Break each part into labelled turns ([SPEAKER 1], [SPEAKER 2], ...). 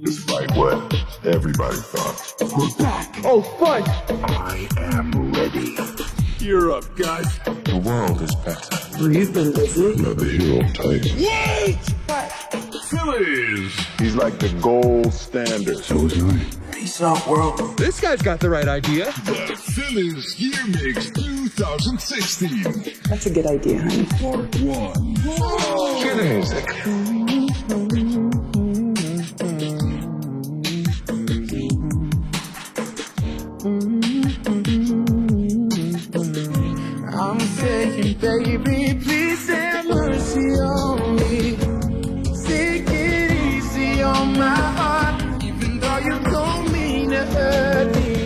[SPEAKER 1] It's like what everybody thought. We're back.
[SPEAKER 2] Oh, fudge!
[SPEAKER 1] I am ready. You're up, guys. The world is better.
[SPEAKER 3] You've been busy.
[SPEAKER 1] Not the hero type.
[SPEAKER 2] Wait!
[SPEAKER 1] Phillies. He's like the gold standard. So is
[SPEAKER 3] Peace out, world.
[SPEAKER 2] This guy's got the right idea.
[SPEAKER 1] The Phillies Year Mix 2016.
[SPEAKER 3] That's a good idea, honey.
[SPEAKER 1] Part one. Whoa. Music.
[SPEAKER 4] I'm saying, baby, please have mercy on me. Take it easy on my heart, even though you don't mean to hurt me.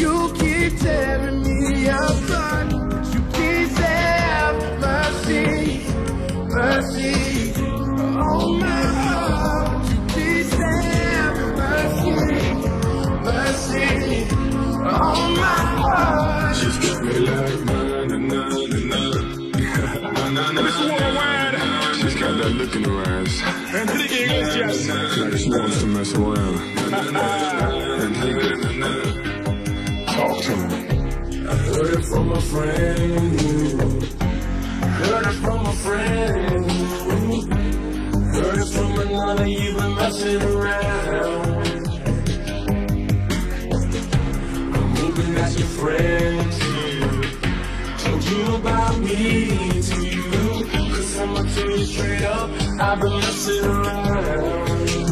[SPEAKER 4] You keep tearing me apart. Would You please have mercy, mercy on my heart. Would You please have mercy, mercy on my heart.
[SPEAKER 1] She's got me like na na na na na na na. It's worldwide. She's got that look in her eyes.
[SPEAKER 5] Enrique Iglesias.
[SPEAKER 1] Like she wants to mess around. Talk to me. I heard it from a friend. Heard it from a friend. Heard it from another. You've been messing around. I'm hoping that's your friend too. Told you about me to you. Cause I'ma tell you straight up. I've been messing around.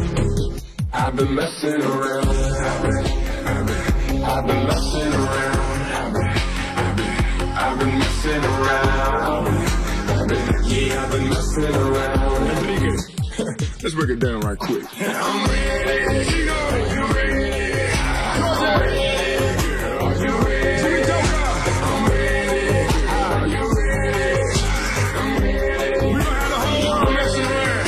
[SPEAKER 1] I've been messing around. I've been, I've been, I've been messing around. I've been, I've been, I've been messing around. I've been, yeah, I've been messing around. Let's break it down right quick. I'm ready. You know it. You ready. I'm ready. Girl, are you ready? I'm ready. Are you ready? I'm ready. We don't have a whole lot of messing around.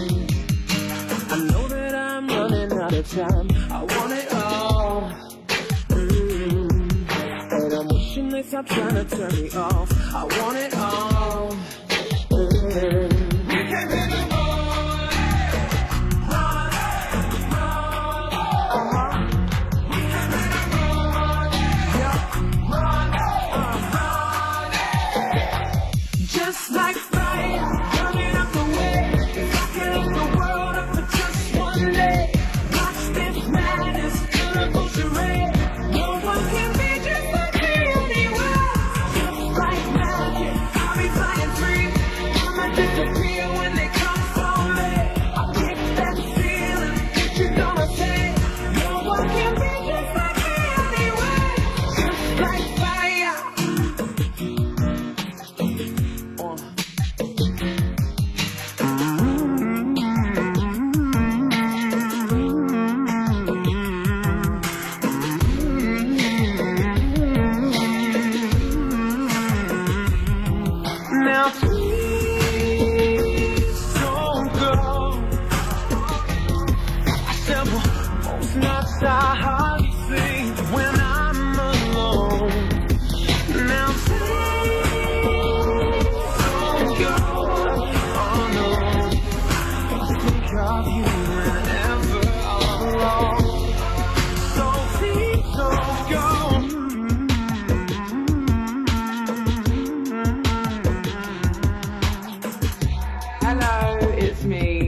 [SPEAKER 4] I know that I'm running out of time. I want it all. Mm. And I'm wishing they stop trying to turn me off. I want it all. Mm. Just like fire, burning up the way. If I could lift the world up for just one day, watch this madness, miracle charade. No one can be just like me anyway. Just like magic, I'll be flying free. I'ma disappear when they come so late. I get that feeling that you don't attain. No one can be just like me anyway. Just like fire. Now please don't go. I said, well, most nights I hardly think when I'm alone. Now please don't go. Oh no, I think of you whenever I'm alone. So please don't go. Hello, it's me.